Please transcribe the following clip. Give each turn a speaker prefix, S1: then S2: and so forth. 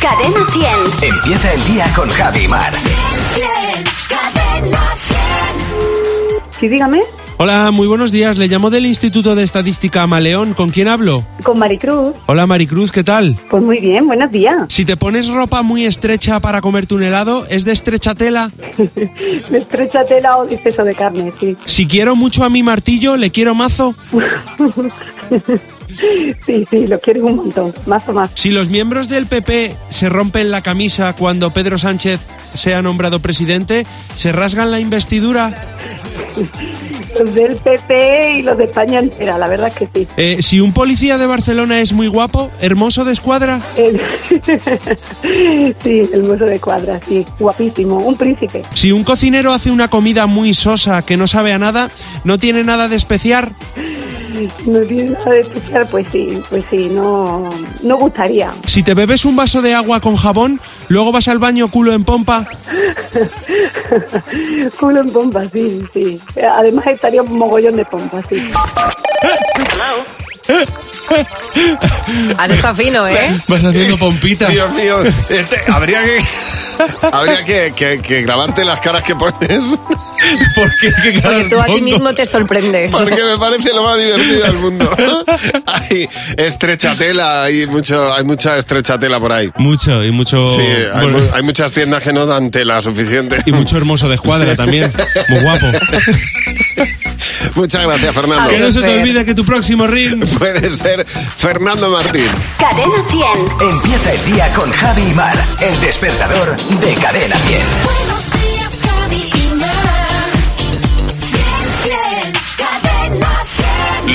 S1: Cadena 100.
S2: Empieza el día con Javi Mar.
S1: Cadena 100.
S3: Sí, dígame,
S4: Hola, muy buenos días. Le llamo del Instituto de Estadística Maleón. ¿Con quién hablo?
S3: con Maricruz.
S4: Hola, Maricruz, ¿qué tal?
S3: Pues muy bien, buenos días.
S4: Si te pones ropa muy estrecha para comerte un helado, ¿es de estrecha tela?
S3: De estrecha tela o de exceso de carne, sí.
S4: Si quiero mucho a mi martillo, ¿le quiero mazo?
S3: Sí, sí, lo quiero un montón, más o más.
S4: Si los miembros del PP se rompen la camisa cuando Pedro Sánchez sea nombrado presidente, ¿se rasgan la investidura?
S3: Los del PP y los de España entera, la verdad es que sí.
S4: Eh, si un policía de Barcelona es muy guapo, hermoso de escuadra.
S3: El- sí, el mozo de cuadra, sí, guapísimo, un príncipe.
S4: Si un cocinero hace una comida muy sosa que no sabe a nada, no tiene nada de especiar.
S3: No tiene nada de especial, pues sí, pues sí, no, no gustaría.
S4: Si te bebes un vaso de agua con jabón, luego vas al baño culo en pompa.
S3: Culo en pompa, sí, sí. Además estaría un mogollón de pompa, sí.
S5: Has estado fino, ¿eh?
S4: Vas haciendo pompitas.
S6: Dios mío, este, habría que... Habría que, que- que grabarte las caras que pones.
S4: ¿Por qué? ¿Qué
S5: Porque
S4: caras
S5: tú a ti
S4: pongo?
S5: mismo te sorprendes.
S6: Porque me parece lo más divertido del mundo. Hay estrecha tela, hay, mucho, hay mucha estrecha tela por ahí.
S4: Mucho, y mucho...
S6: Sí, hay,
S4: Oh, bueno,
S6: mu- hay muchas tiendas que no dan tela suficiente.
S4: y mucho hermoso de escuadra también. Muy guapo.
S6: Muchas gracias,
S5: A
S6: Fernando.
S4: Ah, Que
S5: ver.
S4: no se te
S5: Fer.
S4: olvide que tu próximo ring...
S6: Puede ser Fernando Martín.
S1: Cadena 100.
S2: Empieza el día con Javi Mar. El despertador de Cadena 100.
S1: Buenos días, Javi y Mar. 100, 100. Cadena 100.